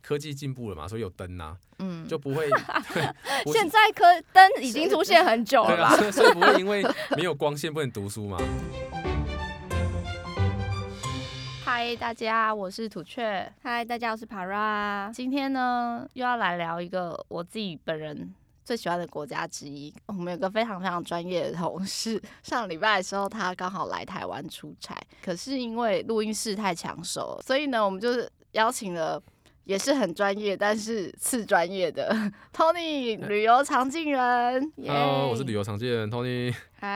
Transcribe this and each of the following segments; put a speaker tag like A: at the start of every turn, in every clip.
A: 科技进步了嘛，所以有灯呐、
B: 嗯，
A: 就 不会对不是
B: 现在科灯已经出现很久了
A: 对啊，
B: 吧？
A: 所 以所以不会因为没有光线不能读书 嘛。
C: 嗨，大家，我是土雀。
B: 嗨，大家好，我是 Para。
C: 今天呢，又要来聊一个我自己本人最喜欢的国家之一。我们有个非常非常专业的同事， 上礼拜的时候他刚好来台湾出差，可是因为录音室太抢手，所以呢，我们就是邀请了。也是很专业，但是次专业的 Tony 旅游常进人，
B: 耶
A: Hello，我是哦旅游常见人 Tony，
B: 嗨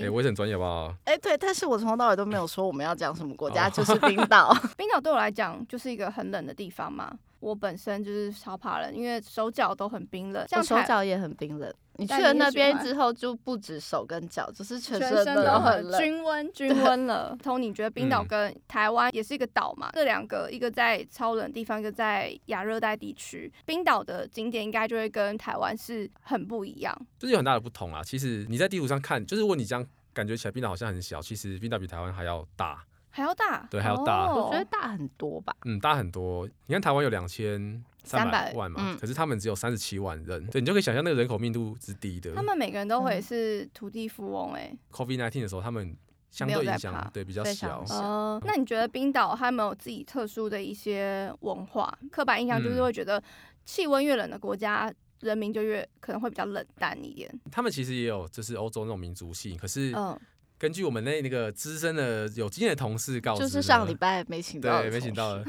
A: 哎、，我也是很专业好不好？
C: 哎、对，但是我从头到尾都没有说我们要讲什么国家，
A: 哦
C: 就是冰岛。
B: 冰岛对我来讲就是一个很冷的地方嘛。我本身就是超怕冷，因为手脚都很冰冷，像
C: 我哦手
B: 台
C: 脚也很冰冷。你去
B: 但
C: 了
B: 你也
C: 那
B: 喜
C: 边
B: 欢
C: 之后，就不止手跟脚，就是全
B: 全
C: 身
B: 身
C: 都
B: 都
C: 很
B: 很
C: 冷。
B: 均温，均温了。Tony，你觉得冰岛
A: 嗯
B: 跟台湾也是一个岛嘛？这两个，一个在超冷地方，一个在亚热带地区。冰岛的景点应该就会跟台湾是很不一样。
A: 就是有很大的不同啊。其实你在地图上看，就是如果你这样感觉起来，冰岛好像很小，其实冰岛比台湾还要大，
B: 还要大，
A: 对还要大
B: 哦
C: 我觉得大很多吧。
A: 嗯，大很多。你看台湾有两千三百
B: 300
A: 万嘛，
C: 嗯
A: 可是他们只有三十七万人，对你就可以想象那个人口密度之低的。
B: 他们每个人都会是土地富翁哎、
A: COVID nineteen 的时候，他们相
B: 没有
A: 对影
B: 在怕
A: 响对比较
C: 非
A: 小
C: 常。小
B: 哦、那你觉得冰岛它有没有自己特殊的一些文化？刻板印象就是
A: 嗯
B: 会觉得气温越冷的国家，人民就越可能会比较冷淡一点。
A: 他们其实也有就是欧洲那种民族性，可是
B: 嗯，
A: 根据我们那那个资深的有经验的同事告知
C: 就
A: 呢，
C: 是上礼拜没请到，
A: 对没请到。了，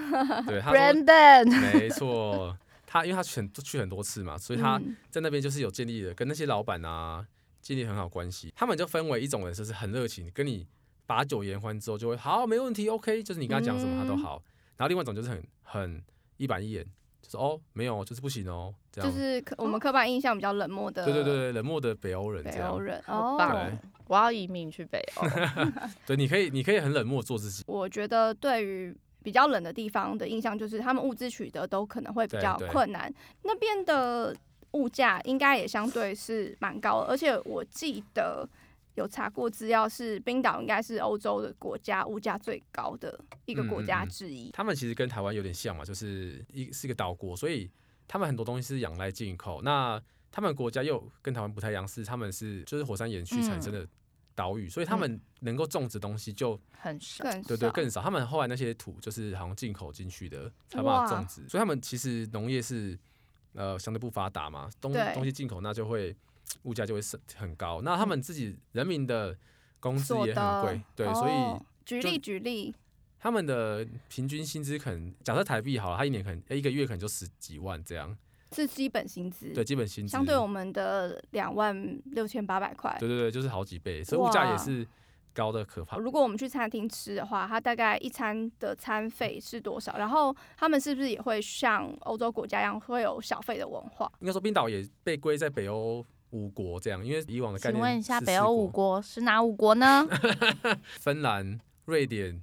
A: 对他说
C: ，Brandon
A: 没错，他因为他去很去很多次嘛，所以他
B: 嗯
A: 在那边就是有建立了跟那些老板啊建立很好关系。他们就分为一种人就是很热情，跟你把酒言欢之后就会好没问题，OK，就是你跟他讲什么他都好。然后另外一种就是很很一板一眼，就是哦没有就是不行哦这样。哦
B: 就是刻我们刻板印象比较冷漠的，
A: 对对对，对冷漠的北欧人这
B: 北
A: 样
B: 欧。人
C: 好棒
B: 哦。
A: 对
C: 我要移民去北欧。
A: 对，你可以你可以很冷漠做自己，
B: 我觉得对于比较冷的地方的印象就是，他们物资取得都可能会比
A: 对
B: 较
A: 对
B: 困难。那边的物价应该也相对是蛮高的，而且我记得有查过资料，是冰岛应该是欧洲的国家物价最高的一
A: 嗯
B: 个国家之一。
A: 他们其实跟台湾有点像嘛，就是一是一个岛国，所以他们很多东西是仰赖进口。那他们国家又跟台湾不太一样，是他们是就是火山岩区产生的岛
B: 嗯
A: 屿，所以他们能够种植东西就
C: 很少。
B: 更
A: 对对
B: 少
A: 更少。他们后来那些土就是好像进口进去的，才有办法
B: 哇
A: 种植，所以他们其实农业是呃相对不发达嘛，东
B: 对
A: 东西进口那就会物价就会是很高。那他们自己人民的工资
B: 所
A: 也
B: 得
A: 很贵，对，所以
B: 哦。举
A: 就
B: 例举例，
A: 他们的平均薪资可能，假设台币好了，他一年可能呃一个月可能就十几万这样，
B: 是基本薪资，
A: 对，基本薪资。
B: 嗯相对我们的两万六千八百块，
A: 对对对，就是好几倍，所以物价
B: 哇
A: 也是高的可怕。
B: 如果我们去餐厅吃的话，它大概一餐的餐费是多少？然后他们是不是也会像欧洲国家一样会有小费的文化？
A: 应该说冰岛也被归在北欧五国这样，因为以往的概
C: 请
A: 念。
C: 问一下，北欧五？ 国是哪五国 呢？
A: 芬兰、瑞典、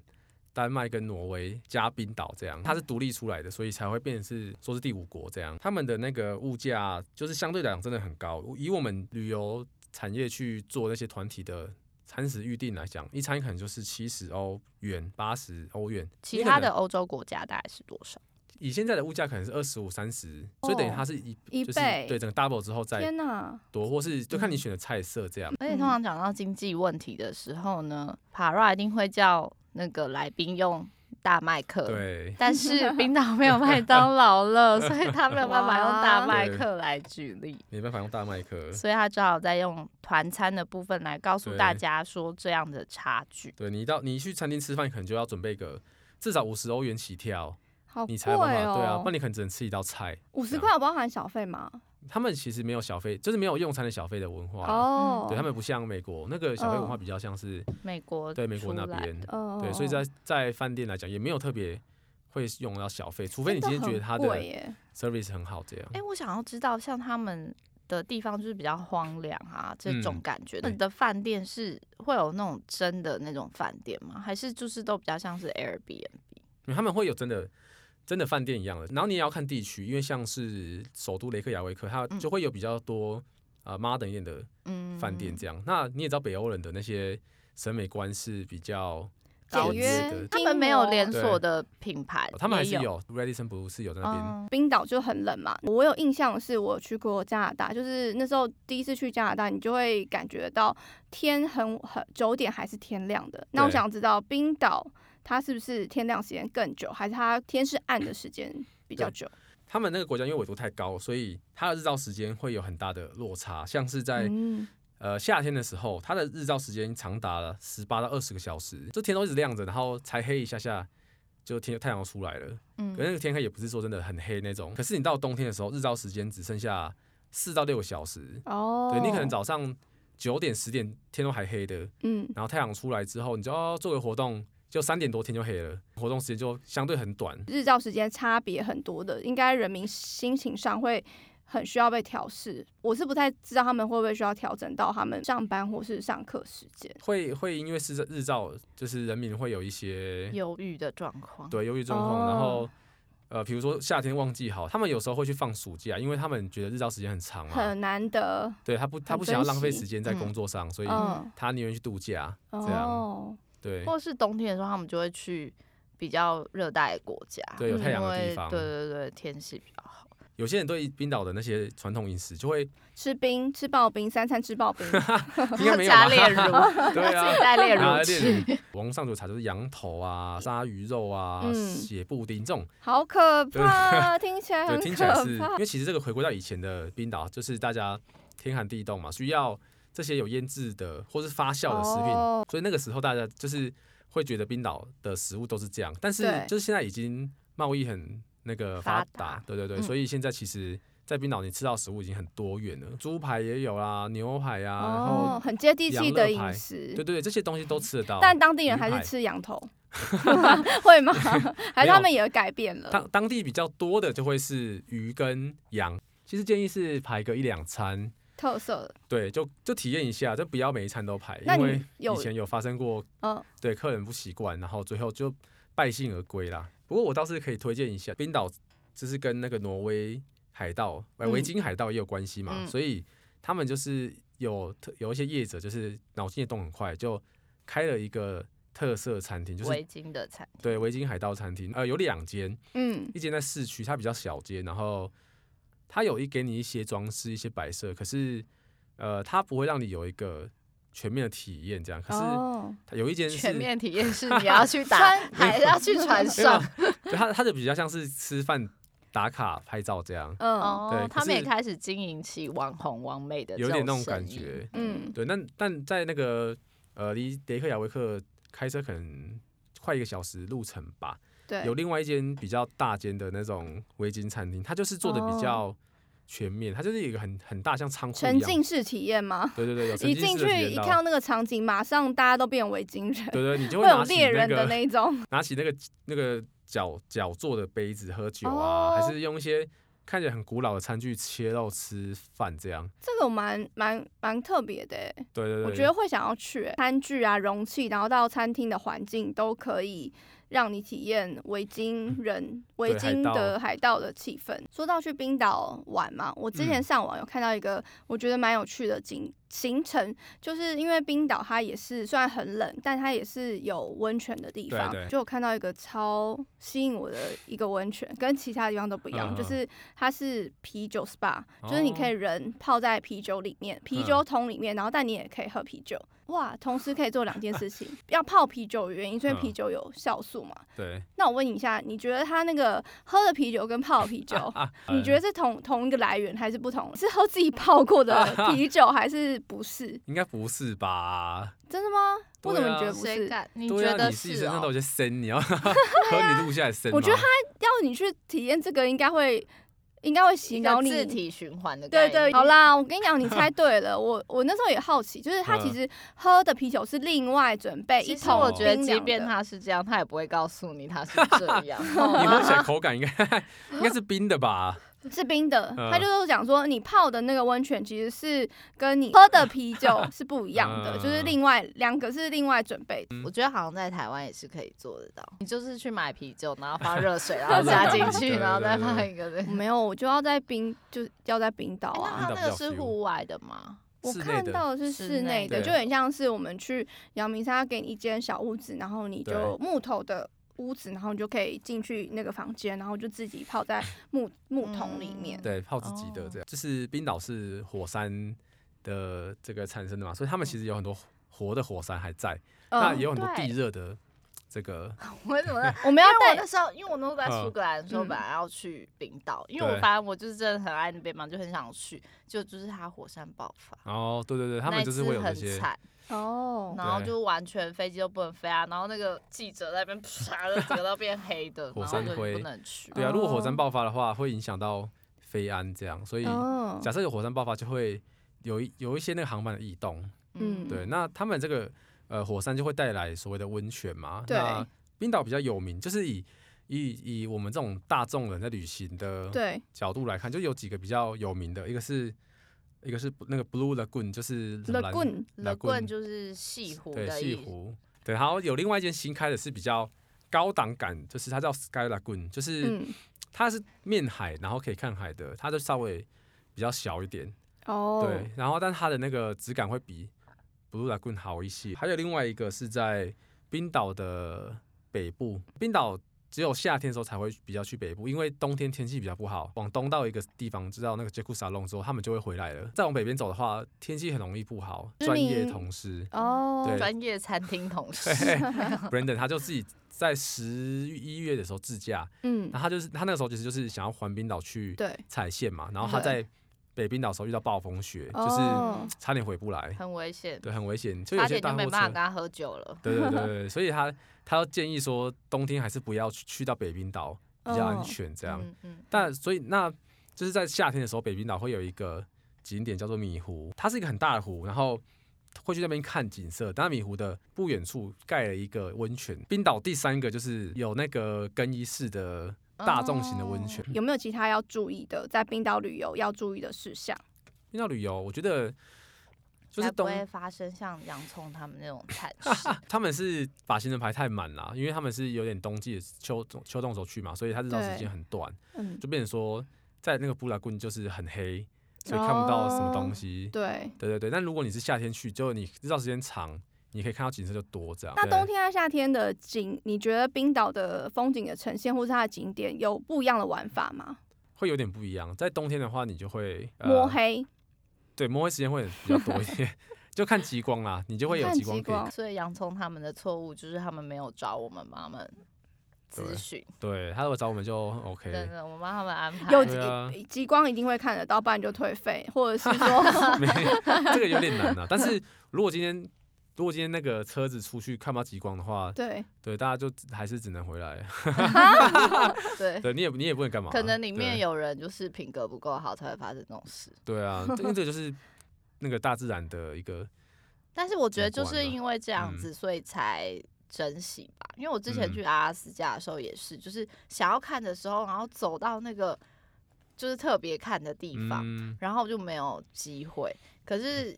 A: 丹麦跟挪威加冰岛这样，它是独立出来的，所以才会变成是说是第五国这样。他们的那个物价就是相对来讲真的很高，以我们旅游产业去做那些团体的。餐食预定来讲，一餐可能就是七十欧元、八十欧元。
C: 其
A: 因为
C: 他
A: 可能
C: 的欧洲国家大概是多少？
A: 以现在的物价可能是二十五、三十，所以等于它是一
B: 一
A: 就是
B: 倍
A: 对整个 double 之后再
B: 天哪，
A: 多，或是就看你选的菜色这样。
C: 而且通常讲到经济问题的时候呢，Para 一定会叫那个来宾用大麦克。
A: 对，
C: 但是冰岛没有麦当劳了，所以他没有办法用大麦克来举例，
A: 没办法用大麦克。
C: 所以他只好再用团餐的部分来告诉
A: 对
C: 大家说这样的差距。
A: 对你到你去餐厅吃饭，可能就要准备个至少五十欧元起跳，
B: 好
A: 你
B: 贵
A: 才有办法、对啊，
B: 哦
A: 不！然啊你可能只能吃一道菜。
B: 五十块有包含小费吗？
A: 他们其实没有小费，就是没有用餐的小费的文化。
B: 哦，
A: 对他们不像美国那个小费文化
B: 嗯
A: 比较像是、
C: 美国
A: 对美国那
C: 出来
A: 边
C: 的，
B: 哦，
A: 对，所以在在饭店来讲也没有特别会用到小费，除非你今天觉得他
B: 真很
A: 的
B: 贵耶
A: service 很好这样。
C: 哎、我想要知道像他们的地方就是比较荒凉啊，这种
A: 嗯
C: 感觉。
A: 对
C: 你的饭店是会有那种真的那种饭店吗？还是就是都比较像是 Airbnb？
A: 因为他们会有真的真的饭店一样的，然后你也要看地区，因为像是首都雷克雅未克，它
C: 嗯
A: 就会有比较多啊、呃 modern 一点的
C: 嗯，
A: 饭店这样。那你也知道北欧人的那些审美观是比较
C: 高
B: 简
C: 级
A: 之类
B: 约
A: 的，
C: 他们没有
B: 精
C: 连
B: 油
C: 锁的品牌，
A: 哦他们还
C: 嗯也
A: 是有 Radisson Blue 是有在那边。
C: 嗯
B: 冰岛就很冷嘛。我有印象的是，我有去过加拿大，就是那时候第一次去加拿大，你就会感觉到天很很九点还是天亮的。那我
A: 对
B: 想知道冰岛它是不是天亮时间更久，还是它天是暗的时间比较
A: 对
B: 久？
A: 他们那个国家因为纬度太高，所以它的日照时间会有很大的落差。像是在、
B: 嗯，
A: 呃夏天的时候，它的日照时间长达了十八到二十个小时，就天都一直亮着，然后才黑一下下，就天太阳出来了。可是
C: 嗯，
A: 那个天黑也不是说真的很黑那种，可是你到冬天的时候，日照时间只剩下四到六个小时，
B: 哦，
A: 对你可能，早上九点十点天都还黑的，
B: 嗯，
A: 然后太阳出来之后，你就要做个活动，就三点多天就黑了，活动时间就相对很短。
B: 日照时间差别很多的，应该人民心情上会很需要被调试。我是不太知道他们会不会需要调整到他们上班或是上课时间。
A: 会会因为是日照，就是人民会有一些
C: 忧郁的状况，
A: 对忧郁状况，然
B: 哦
A: 后呃，比如说夏天旺季好，他们有时候会去放暑假，因为他们觉得日照时间很长嘛，
B: 很难得，
A: 对他不他
B: 很
A: 不想要
B: 珍
A: 浪费
B: 惜
A: 时间在
C: 嗯
A: 工作上，所以
B: 嗯，
A: 他宁愿去度假，这样
B: 哦，
A: 对
C: 或是冬天的时候，他们就会去比较热带的国家，
A: 对有
B: 嗯
A: 太阳
C: 因
A: 的地
C: 为
A: 方，
C: 对对对，天气比较好。
A: 有些人对冰岛的那些传统饮食就 会
B: 吃冰，吃刨冰，三餐吃刨 冰，
A: 应该没有
C: 加
A: 吧？
C: 炼乳，
A: 对啊，
C: 自己带炼
A: 啊炼
C: 乳吃，
A: 网络上就查就是羊头啊、鲨鱼肉啊、
B: 嗯
A: 血布丁这种，
B: 好可怕，听起来
A: 对，
B: 很
A: 听起来是
B: 可
A: 因
B: 怕。
A: 为其实这个回归到以前的冰岛，啊就是大家天寒地冻嘛，需要这些有腌制的或是发酵的食品，
B: 哦
A: 所以那个时候大家就是会觉得冰岛的食物都是这样，但是
B: 对
A: 就是现在已经贸易很那个发
C: 发达
A: 达，对对对，
C: 嗯
A: 所以现在其实。在冰岛，你吃到食物已经很多元了，猪排也有啦，牛排啊，然后
B: 哦，很接地气
A: 羊
B: 的
A: 肉
B: 饮
A: 排对
B: 食，
A: 对对，这些东西都吃得到。
B: 但当地人
A: 鱼
B: 还是
A: 排
B: 吃 羊头， 会吗？还是他们也改变了？
A: 当当地比较多的就会是鱼跟羊，其实建议是排个一两餐，
B: 特色？
A: 对，就就体验一下，就不要每一餐都排，
B: 那
A: 因为
B: 你有
A: 以前有发生过，
B: 嗯，
A: 对客人不习惯，然后最后就败兴而归啦。不过我倒是可以推荐一下冰岛，就是跟那个挪威海盗、呃
B: 嗯
A: 维京海盗也有关系嘛，
C: 嗯
A: 所以他们就是有特有一些业者就是脑筋也动很快，就开了一个特色餐厅，就是
C: 围巾的餐厅，
A: 对维京海盗餐厅，呃，有两间，
B: 嗯，
A: 一间在市区，它比较小间，然后它有一给你一些装饰、一些摆设，可是呃，它不会让你有一个全面的体验这样。可是
B: 哦，
A: 它有一间是，
C: 全面体验 是你要去打，还要去
A: 没
C: 船
A: 有
C: 上。
A: 对它它就比较像是吃饭打卡拍照这样，
B: 嗯
C: 哦
A: 对，
C: 他们也
A: 可是
C: 开始经营起网红、网美的，
A: 有点那种感。觉。
B: 嗯，
A: 对，那但在那个呃，离雷克雅维克开车可能快一个小时路程吧，
B: 对
A: 有，另外一间比较大间的那种围巾餐厅，它就是做的比
B: 哦
A: 较全面，它就是有一个很很大像仓库
B: 沉
A: 一样
B: 浸式体验吗？
A: 对对对，有沉
B: 一
A: 浸
B: 进
A: 式的体
B: 去
A: 验
B: 一
A: 到
B: 看到那个场景，马上大家都变维京人，
A: 对对，你就
B: 会
A: 会
B: 有
A: 拿起
B: 猎
A: 那
B: 人的
A: 个
B: 那一种。
A: 拿起那个那个角角做的杯子喝酒
B: 哦
A: 啊，还是用一些看起来很古老的餐具切肉吃饭这样。
B: 这个蛮蛮蛮特别的欸，
A: 对对对，
B: 我觉得会想要去欸餐具啊、容器，然后到餐厅的环境都可以让你体验维京人、
A: 嗯
B: 维
A: 对海
B: 京
A: 盗
B: 的海盗的气氛。说到去冰岛玩嘛，我之前
A: 嗯
B: 上网有看到一个我觉得蛮有趣的景行程，就是因为冰岛它也是虽然很冷，但它也是有温泉的地
A: 对
B: 方。
A: 对
B: 就我看到一个超吸引我的一个温泉，跟其他地方都不一
A: 嗯
B: 样，
A: 嗯哦
B: 就是它是啤酒 SPA，、就是你可以人泡在啤酒里面，
A: 嗯
B: 啤酒桶里面，然后但你也可以喝啤酒。哇，同时可以做两件 事情。要泡啤酒的原因，所以
A: 嗯
B: 啤酒有酵素嘛。
A: 对，，
B: 那我问你一下，你觉得它那个喝的啤酒跟泡的啤酒
A: 啊，
B: 你觉得
A: 得
B: 是同同一个来源还是不同？是喝自己泡 过的啤酒还是不是？
A: 应该不是吧？
B: 真的吗？
A: 对
B: 我
A: 啊
B: 怎么觉得不
C: 谁
B: 是？
C: 敢？你
A: 对
C: 觉
A: 啊，
C: 得
A: 你自己
C: 是
A: 身上都有
C: 哦？
A: 些参，你要 和你录下来参吗。
B: 啊我觉得要你去体验这个，应该会应该会洗
C: 一
B: 脑
C: 个
B: 你。
C: 自体循环的概
B: 对
C: 念，
B: 对，好啦，我跟你讲，你猜对了。我我那时候也好奇，就是他其
A: 嗯
B: 实喝的啤酒是另外准备一
C: 其实
B: 桶
C: 我觉得，
B: 冰
C: 即
B: 凉
C: 便
B: 的
C: 他是这样，他也不会告诉你他是这样。
A: 你喝起
B: 啊
A: 来口感应该应该是冰的吧？
B: 是冰的，
A: 嗯
B: 他就是讲说你泡的那个温泉其实是跟你喝的啤 酒是不一样的，
A: 嗯
B: 就是另外两个是另外准备的。
C: 我觉得好像在台湾也是可以做得到，你就是去买啤酒， 然后放热水，然
A: 后
C: 后加
A: 再
C: 进
A: 放对
C: 去，
A: 对
C: 然后再
A: 对
C: 放
A: 对
C: 一个这个。
B: 没有，我就要在冰，就是要在冰岛
C: 哎
B: 啊
C: 那。他
A: 冰岛
C: 那
A: 比
C: 个
A: 较
C: 是
A: feel
C: 户外的吗？
B: 我
A: 室内
B: 看
A: 的
B: 到的是
C: 室
B: 室内
C: 内
B: 的，
A: 的
B: 就很像是我们去阳明山，他给你一间小屋子，然后你就
A: 对
B: 木头的屋子，然后你就可以进去那个房间，然后就自己泡在 木木桶
C: 嗯
B: 里面。
A: 对，泡自己
B: 哦
A: 的这样，就是冰岛是火山的这个产生的嘛，所以他们其实有很多活的火山还在，
B: 嗯
A: 那也有很多
C: 对
A: 地热的这个，
C: 我怎么在
B: 我们要
C: 因为我
B: 带
C: 那时候，因为我那时候在苏格兰的时候，
B: 嗯
C: 本来要去冰岛，因为我
A: 对
C: 发现我就是真的很爱那边嘛，就很想去，就就是它火山爆发，
A: 然后对对对，他
C: 那
A: 们
C: 一
A: 就是
C: 次
A: 会有这
C: 很
A: 些，
C: 惨，
B: 哦，
C: 然后
A: 对
C: 就完全飞机都不能飞啊，然后那个记者在那边 啪，就整个都变黑的，
A: 火
C: 然后
A: 山
C: 就
A: 灰
C: 不能去。
A: 对啊，如果火山
B: 哦
A: 爆发的话，会影响到飞安这样，所以
B: 哦
A: 假设有火山爆发，就会有一有一些那个航班的异动，
B: 嗯
A: 对，那他们这个呃火山就会带来所谓的温泉嘛，
B: 对
A: 那冰岛比较有名，就是以以以我们这种大众人在旅行的
B: 对，
A: 角度来看，就有几个比较有名的，一个是一个是那个 Blue Lagoon，就是什么蓝
B: Lagoon
C: 乐
A: Lagoon，
C: 棍就是西湖
A: 对
C: 的
A: 西
C: 意
A: 湖，对，然后有另外一间新开的是比较高档感，就是它叫 Sky Lagoon，就是
B: 嗯，
A: 它是面海，然后可以看海的，它就稍微比较小一点，
B: 哦，
A: 对，然后但它的那个质感会比 Blue Lagoon 好一些。还有另外一个是在冰岛的北部，冰岛只有夏天的时候才会比较去北部，因为冬天天气比较不好。往东到一个地方，知道那个 j a c u s a l o n 之后，他们就会回来了。再往北边走的话，天气很容易不好。
B: 知
A: 专业
B: 名
A: 同事
B: 哦
A: 对，
C: 专业餐厅同事
A: 嘿 Brandon 他就自己在十一月的时候自驾，
B: 嗯
A: 然，后他就是他那个时候其实就是想要环冰岛去
B: 对，
A: 踩线嘛，然后他
B: 对
A: 在北冰岛的时候遇到暴风雪，就是嗯
B: 哦，
A: 差点回不来。
C: 很危险，
A: 对，很危险，就有
C: 差
A: 些
C: 点就
A: 大货
C: 没办法跟
A: 车。
C: 他喝酒了。
A: 对对对 对对，所以他他建议说，冬天还是不要去去到北冰岛，比较安
B: 哦
A: 全这样。
C: 嗯嗯，
A: 啊但所以那就是在夏天的时候，北冰岛会有一个景点叫做米湖，它是一个很大的湖，然后会去那边看景色。但米湖的不远处盖了一个温泉。冰岛第三个就是有那个更衣室的大众型的温
C: 哦
A: 泉。
B: 有没有其他要注意的，在冰岛旅游要注意的事项？
A: 冰岛旅游，我觉得就
C: 才
A: 是
C: 不
A: 冬
C: 会发生像洋葱他们那种 惨事。
A: 他们是把行程排太满了，因为他们是有点冬季秋秋冬的时候去嘛，所以他日照时间很短，
B: 嗯，
A: 就变成说在那个布拉棍就是很黑，所以看不到什
C: 哦
A: 么东西。
B: 对。
A: 对对对，但如果你是夏天去，就你日照时间长，你可以看到景色就多这样。
B: 那
A: 对
B: 冬天和啊夏天的景，你觉得冰岛的风景的呈现，或是它的景点有不一样的玩法吗？
A: 会有点不一样，在冬天的话，你就会、呃
B: 摸，黑，
A: 对，摸黑时间会比较多一点， 就看极光啦，你就会有
B: 看
A: 极
B: 极
A: 光可以
B: 光，
C: 所以洋葱他们的错误就是他们没有找我们帮他们咨
A: 对
C: 询，
A: 对，他如果找我们就 OK，
C: 真的，我们帮他们安排。
B: 有极
A: 对 啊
B: 极光一定会看得到，不然就退费，或 者是说
A: 没，这个有点难啊。但是如果今天如果今天那个车子出去看不到极光的话，
B: 对，
A: 对，大家就只还是只能回来。
C: 对，
A: 对你也你也不能干嘛啊、
C: 可能里面
A: 对
C: 有人就是品格不够好才会发生这种事。
A: 对啊，因为这个就是那个大自然的一个
C: 但是我觉得就
A: 有关
C: 是
A: 啊
C: 因为这样子，所以才珍惜吧。因为我之前
A: 嗯
C: 去阿拉斯加的时候也是，就是想要看的时候，然后走到那个就是特别看的地方，
A: 嗯，
C: 然后就没有机会。可是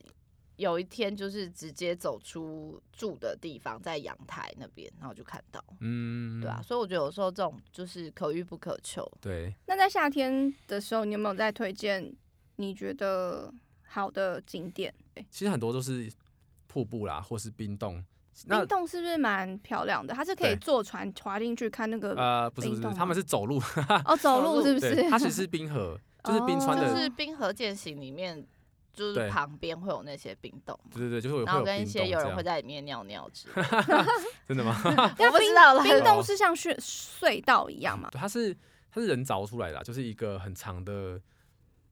C: 有一天就是直接走出住的地方，在阳台那边，然后就看到，
A: 嗯
C: 对啊。，所以我觉得有时候这种就是可遇不可求。
A: 对，
B: 那在夏天的时候，你有没有在推荐你觉得好的景点？
A: 其实很多都是瀑布啦，或是冰洞。那
B: 冰洞是不是蛮漂亮的？它是可以
A: 对
B: 坐船划进去看那个、
A: 呃，不是不是，
B: 冰洞
A: 他
B: 吗
A: 们是走路，
B: 哦，
C: 走
B: 走路
C: 路
B: 是不是
A: 对，？它其实是冰河，就是冰川
C: 就
A: 的，
C: 是冰河践行里面，就是
A: 对
C: 旁边会有那些冰洞嘛，
A: 对对对，就是会
C: 然后
A: 有
C: 跟一
A: 冰
C: 些
A: 洞
C: 有
A: 这
C: 人会
A: 样，
C: 在里面尿尿之类的。
A: 真的吗？
C: 我不知道啦，
B: 冰洞
A: 哦
B: 是像隧隧道一样嘛？
A: 对，它是它是人凿出来的啊，就是一个很长的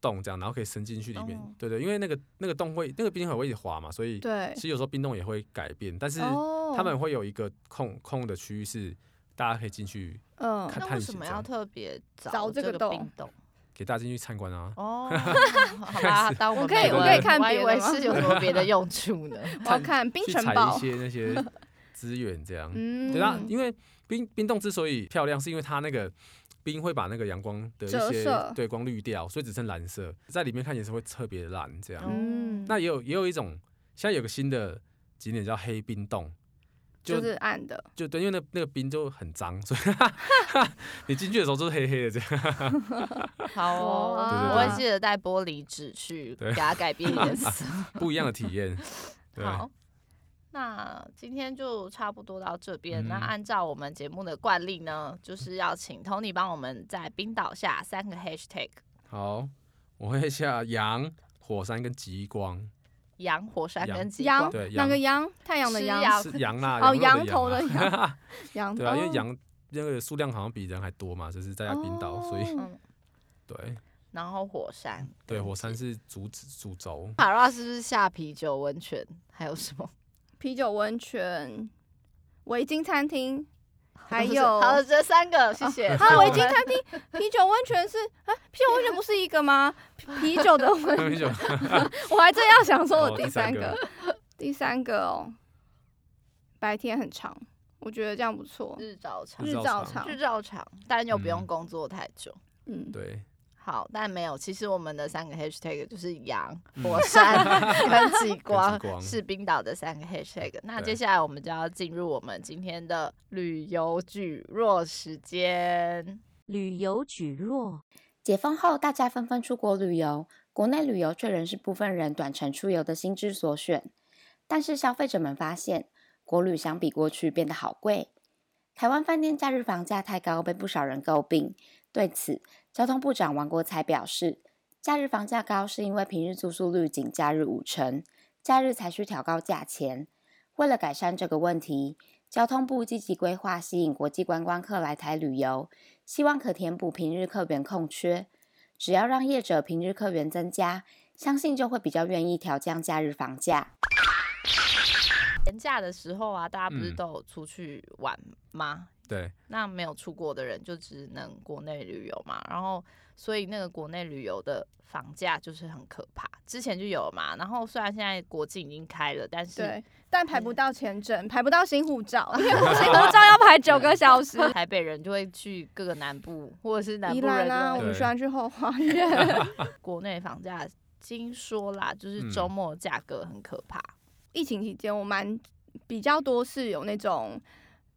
A: 洞这样，然后可以伸进去里面。
C: 哦
A: 对对，因为那个那个洞会那个冰河会一直滑嘛，所以
B: 对
A: 其，实有时候冰洞也会改变，但是
B: 哦
A: 他们会有一个空空的区域是大家可以进去，
B: 嗯
A: 看
C: 那为
A: 探
C: 什
A: 险
C: 么
A: 这
C: 要
A: 样
C: 特 别
B: 找这
C: 这
B: 个
C: 个
B: 洞
C: 冰洞？
A: 给大家进去参观啊。
C: 哦，好吧，当
B: 我
C: 我
B: 可以
C: 没
A: 我
C: 问
A: 可以
B: 看
C: 我还以
B: 别的
C: 为
B: 吗
C: 是有什么别的用处呢？
B: 我要看冰
A: 去
B: 城
A: 采一
B: 堡，
A: 些那些资源这样。
B: 嗯
A: 对啊，因为冰冰洞之所以漂亮，是因为它那个冰会把那个阳光的
B: 折
A: 一些
B: 射
A: 对光滤掉，所以只剩蓝色，在里面看也是会特别蓝这样。
B: 嗯
A: 那也有也有一种，现在有个新的景点叫黑冰洞，就
B: 就是暗的，
A: 就对，因为那那个冰就很脏，所以 你进去的时候就是黑黑的这样。
C: 好哦，
A: 对对对
C: 我会记得带玻璃纸去
A: 对
C: 给它改变颜色。
A: 不一样的体验。 对，
C: 好，那今天就差不多到这边。
A: 嗯
C: 那按照我们节目的惯例呢，就是要请 Tony 帮我们在冰岛下三个 hashtag：
A: 好，我会下羊、火山跟极光，
C: 羊、火山
A: 羊
C: 跟极
B: 羊
C: 光。
A: 对
B: 哪
A: 羊
B: 个羊？太阳的
C: 吃
B: 羊，
C: 羊
A: 是羊啦，
B: 哦，
A: 羊肉
B: 羊头
A: 的
B: 的
A: 羊啊，
B: 羊，羊
A: 对啊，因为
B: 哦
A: 羊那个数量好像比人还多嘛，就是在冰岛，所以
B: 哦
A: 对
C: 然后火山，
A: 对，火山是主旨主轴。
C: 卡拉是不是下啤酒、温泉，还有什么？
B: 啤酒温泉、围巾餐厅，还
C: 不是
B: 有
C: 好，这三个，谢谢。
B: 还有
C: 那
B: 围
C: 我
B: 巾
C: 们
B: 餐厅、啤酒温泉是啊，啤酒温泉不是一个吗？ 啤啤酒的温
A: 那就
B: 我还真要想说，
A: 哦
B: 我
A: 第
B: 第
A: 三
B: 三
A: 个
B: 个，第三个哦，白天很长，我觉得这样不错。
C: 日照长
A: 日，
B: 日
A: 照
B: 照
A: 长
B: 长，
C: 日照长，但又不用
A: 嗯
C: 工作太久。
B: 嗯，
A: 对，
C: 好，但没有。其实我们的三个 hashtag 就是羊、
A: 嗯
C: 火山 跟极光，
A: 光
C: 是冰岛的三个 hashtag。那
A: 对
C: 接下来我们就要进入我们今天的旅游举弱时间。
D: 旅游举弱，
E: 解封后，大家纷纷出国旅游，国内旅游却仍是部分人短程出游的心之所选。但是消费者们发现，国旅相比过去变得好贵。台湾饭店假日房价太高，被不少人诟病。对此，交通部长王国才表示，假日房价高是因为平日住宿率仅假日五成，假日才需调高价钱。为了改善这个问题，交通部积极规划吸引国际观光客来台旅游，希望可填补平日客源空缺。只要让业者平日客源增加，相信就会比较愿意调降假日房价。
C: 年假的时候啊，大家不是
A: 嗯
C: 都有出去玩吗？
A: 对，
C: 那没有出国的人就只能国内旅游嘛，然后所以那个国内旅游的房价就是很可怕，之前就有嘛，然后虽然现在国境已经开了，但是嗯
B: 对，但排不到签证，排不到新 护照，因为新护照要排九个小时。
C: 台北人就会去各个南部或者是南
B: 宜
C: 部
B: 兰
C: 人
B: 啊，
C: 啊
B: 我，
A: 对
B: 们喜欢去后花园。
C: 国内房价听说啦，就是
A: 嗯
C: 周末价格很可怕。
B: 疫情期间，我蛮比较多是有那种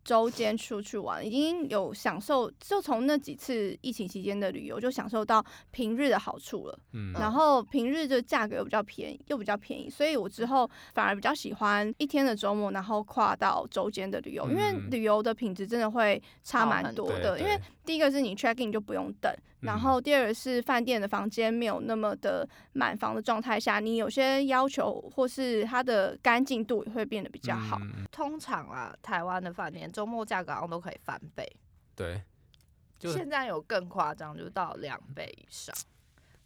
B: 周间出去玩，已经有享受，就从那几次疫情期间的旅游，就享受到平日的好处了。
A: 嗯，
B: 然后平日的价格又比较便宜，又比较便宜，所以我之后反而比较喜欢一天的周末，然后跨到周间的旅游，因为
A: 嗯
B: 旅游的品质真的会差
C: 差
B: 蛮
C: 很
B: 多
C: 多
A: 对
B: 的。因为
A: 对
B: 第一个是你 check in 就不用等，
A: 嗯
B: 然后第二个是饭店的房间没有那么的满房的状态下，你有些要求或是它的干净度也会变得比较好。
A: 嗯
C: 通常啊，台湾的饭店周末价格好像都可以翻倍，
A: 对，就
C: 现在有更夸张，就到两倍以上，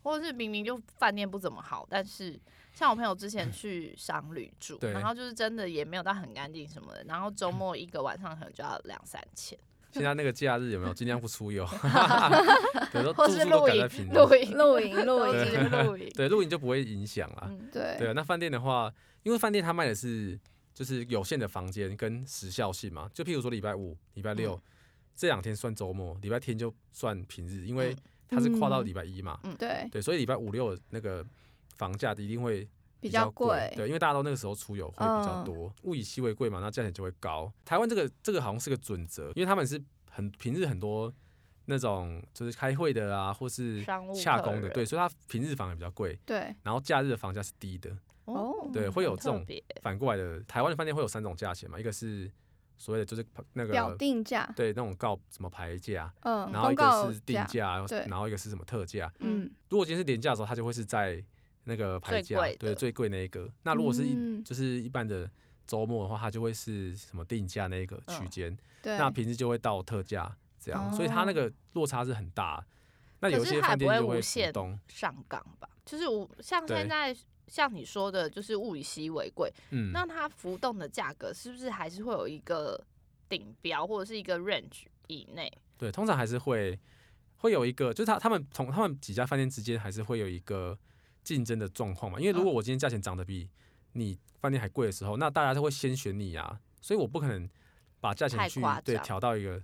C: 或者是明明就饭店不怎么好，但是像我朋友之 前去商旅住，
A: 对
C: 然后就是真的也没有到很干净什么的，然后周末一个晚上可能就要两三千，
A: 现在那个假日有没有尽量不出游？对，都
C: 或
A: 住
C: 是
A: 宿都
C: 露
A: 改在
C: 营
A: 平，日。
C: 露营，
B: 露营，露
C: 露
B: 营，
C: 营，露 营，
A: 对，露营就不会影响啦。
C: 嗯，
B: 对
A: 对啊，那饭店的话，因为饭店它卖的是就是有限的房间跟时效性嘛，就譬如说礼拜五、礼拜六、这两天算周末，礼拜天就算平日，因为
C: 嗯
A: 它是跨到
B: 嗯
A: 礼拜一嘛，
B: 对，
A: 对，所以礼拜五六那个房价一定会
B: 比
A: 较
B: 较贵。
A: 对，因为大家都那个时候出游会比较
B: 嗯
A: 多，物以稀为贵嘛，那价钱就会高。台湾这个这个好像是个准则，因为他们是很平日很多那种就是开会的啊，或是
C: 商务
A: 洽
C: 客
A: 工的，
C: 人
A: 对，所以它平日反而比较贵，
B: 对，
A: 然后假日的房价是低的。
B: 哦
A: 对会有
C: 很
A: 这
C: 特
A: 种
C: 别
A: 反过来的，台湾的饭店会有三种价钱嘛，一个是所谓的就是那
B: 表
A: 个
B: 定价，
A: 对那种告什么牌价，
B: 嗯，
A: 然后一
B: 公告
A: 个是定
B: 价，
A: 价，
B: 对
A: 然后一个是什么特价。
B: 嗯，
A: 如果今天是廉价的时候，它就会是在那个牌
C: 最
A: 价
C: 贵，的
A: 对最贵那一个。那如果是一、
B: 嗯
A: 就是一般的周末的话，它就会是什么定价那一个区
C: 嗯
A: 间，
B: 对，
A: 那平时就会到特价这样，所以它那个落差是很大。那有
C: 哦可是
A: 些
C: 它也
A: 饭
C: 不
A: 店
C: 会
A: 就
C: 无
A: 会浮
C: 限
A: 动，
C: 上岗吧，就是我像
A: 对
C: 现在像你说的，就是物以稀为贵，
A: 嗯，
C: 那它浮动的价格是不是还是会有一个顶标或者是一个 range 以内？
A: 对，通常还是会会有一个，就是他他们同他们几家饭店之间还是会有一个竞争的状况嘛。因为如果我今天价钱涨得比你饭店还贵的时候，那大家都会先选你啊，所以我不可能把价钱
C: 太
A: 去
C: 夸
A: 对
C: 张嗯
A: 调到一个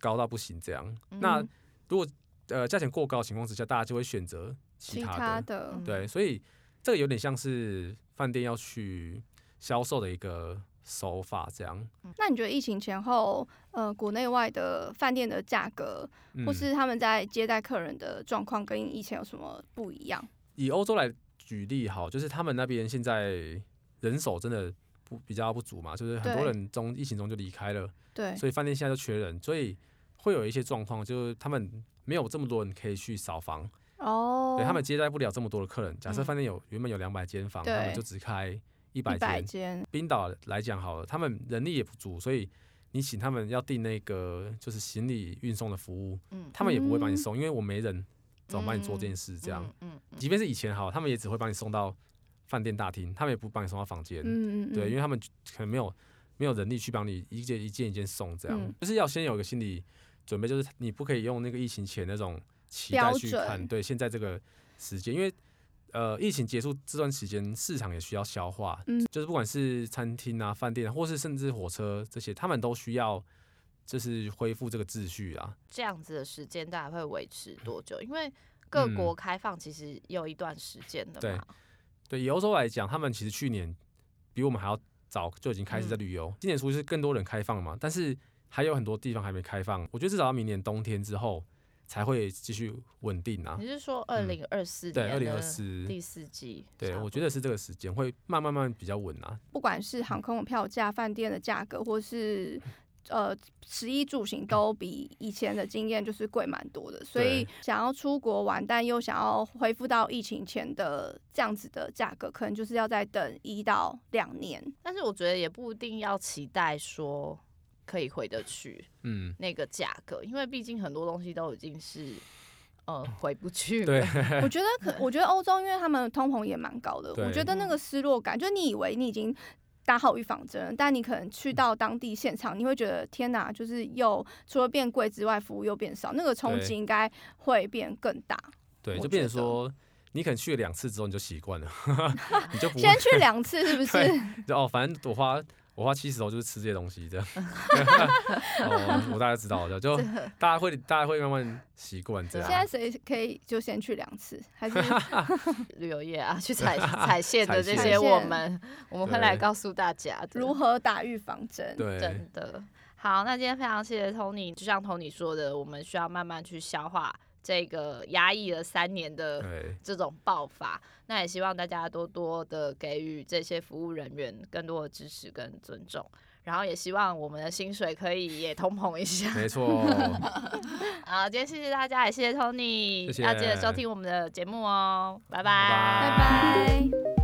A: 高到不行这样。那如果呃价钱过高的情况之下，大家就会选择其
B: 其
A: 他的，
B: 他的，
C: 嗯
A: 对，所以这个有点像是饭店要去销售的一个手法这样。
B: 那你觉得疫情前后，呃，国内外的饭店的价格，
A: 嗯、
B: 或是他们在接待客人的状况，跟以前有什么不一样？
A: 以欧洲来举例好，就是他们那边现在人手真的不比较不足嘛，就是很多
B: 对
A: 人中疫情中就离开了，
B: 对，
A: 所以饭店现在就缺人，所以会有一些状况，就是他们没有这么多人可以去扫房，
B: 哦，
A: 对他们接待不了这么多的客人。假设
C: 嗯
A: 饭店有原本有两百间房，
B: 对
A: 他们就只开一百
B: 一百
A: 间。
B: 间，
A: 冰岛来讲好了，他们人力也不足，所以你请他们要订那个就是行李运送的服务，
C: 嗯
A: 他们也不会帮你
B: 嗯
A: 送，因为我没人怎么帮你做这件事这样。
C: 嗯嗯
A: 即便是以前好，他们也只会把你送到饭店大厅，他们也不帮你送到房间。
B: 嗯嗯，
A: 对，因
B: 为
A: 为他们可能没有没有人力去帮你一件一件一件送，这样、
B: 嗯
A: 就是要先有一个心理准备，就是你不可以用那个疫情前那种期待去
B: 标
A: 看
B: 准
A: 对现在这个时间，因为呃疫情结束这段时间，市场也需要消化，
B: 嗯
A: 就是不管是餐厅啊、饭店啊，或是甚至火车这些，他们都需要就是恢复这个秩序啊。
C: 这样子的时间大概会维持多久？因为各
A: 嗯
C: 国开放其实有一段时间的
A: 对啊
C: 嘛，
A: 对，以欧洲来讲，他们其实去年比我们还要早就已经开始在
C: 嗯
A: 旅游，今年初是更多人开放嘛，但是还有很多地方还没开放，我觉得至少要明年冬天之后才会继续稳定啊
C: 你。是说二
A: 嗯
C: 零二四
A: 对，二
C: 年
A: 零二
C: 的
A: 四，
C: 第四季？
A: 对我觉
C: 得
A: 得是这个时间会慢慢慢比较稳啊。
B: 不管是航空的票价、饭店的价格，或是呃食衣住行，都比以前的经验就是贵蛮多的。所以想要出国玩，但又想要恢复到疫情前的这样子的价格，可能就是要再等一到两年。
C: 但是我觉得也不一定要期待说可以回得去
A: 嗯，
C: 那个价格，因为毕竟很多东西都已经是呃回不去
A: 对
C: 了。
B: 我觉得可，我觉得欧洲因为他们通膨也蛮高的，
A: 对
B: 我觉得那个失落感，就你以为你已经打好预防针了，但你可能去到当地现场，你会觉得天哪，就是又除了变贵之外，服务又变少，那个冲击应该会变更大。
A: 对，
B: 我
A: 就变成
B: 觉得
A: 说。你可能去了两次之后你就习惯了， 你就不
B: 先
A: 会
B: 去两次是不
A: 对
B: 是？
A: 就哦，反正我花我花七十欧就是吃这些东西这样。 哦，我大概知道了，就大家会大家会慢慢习惯这样。
B: 现在谁可以就先去两次？还是
C: 旅游业啊，去采采线的这
A: 采
C: 些，
B: 线
C: 我们我们会来
A: 对
C: 告诉大家的
B: 如何打预防针？
A: 对，
C: 真的好，那今天非常谢谢 Tony，就像 Tony 说的，我们需要慢慢去消化这个压抑了三年的
A: 对，
C: 这种爆发。那也希望大家多多的给予这些服务人员更多的支持跟尊重，然后也希望我们的薪水可以也通膨一下。
A: 没错，哦
C: 好，今天谢谢大家，也谢谢 Tony，
A: 谢谢
C: 要记得收听我们的节目哦，拜
A: 拜
B: 拜拜。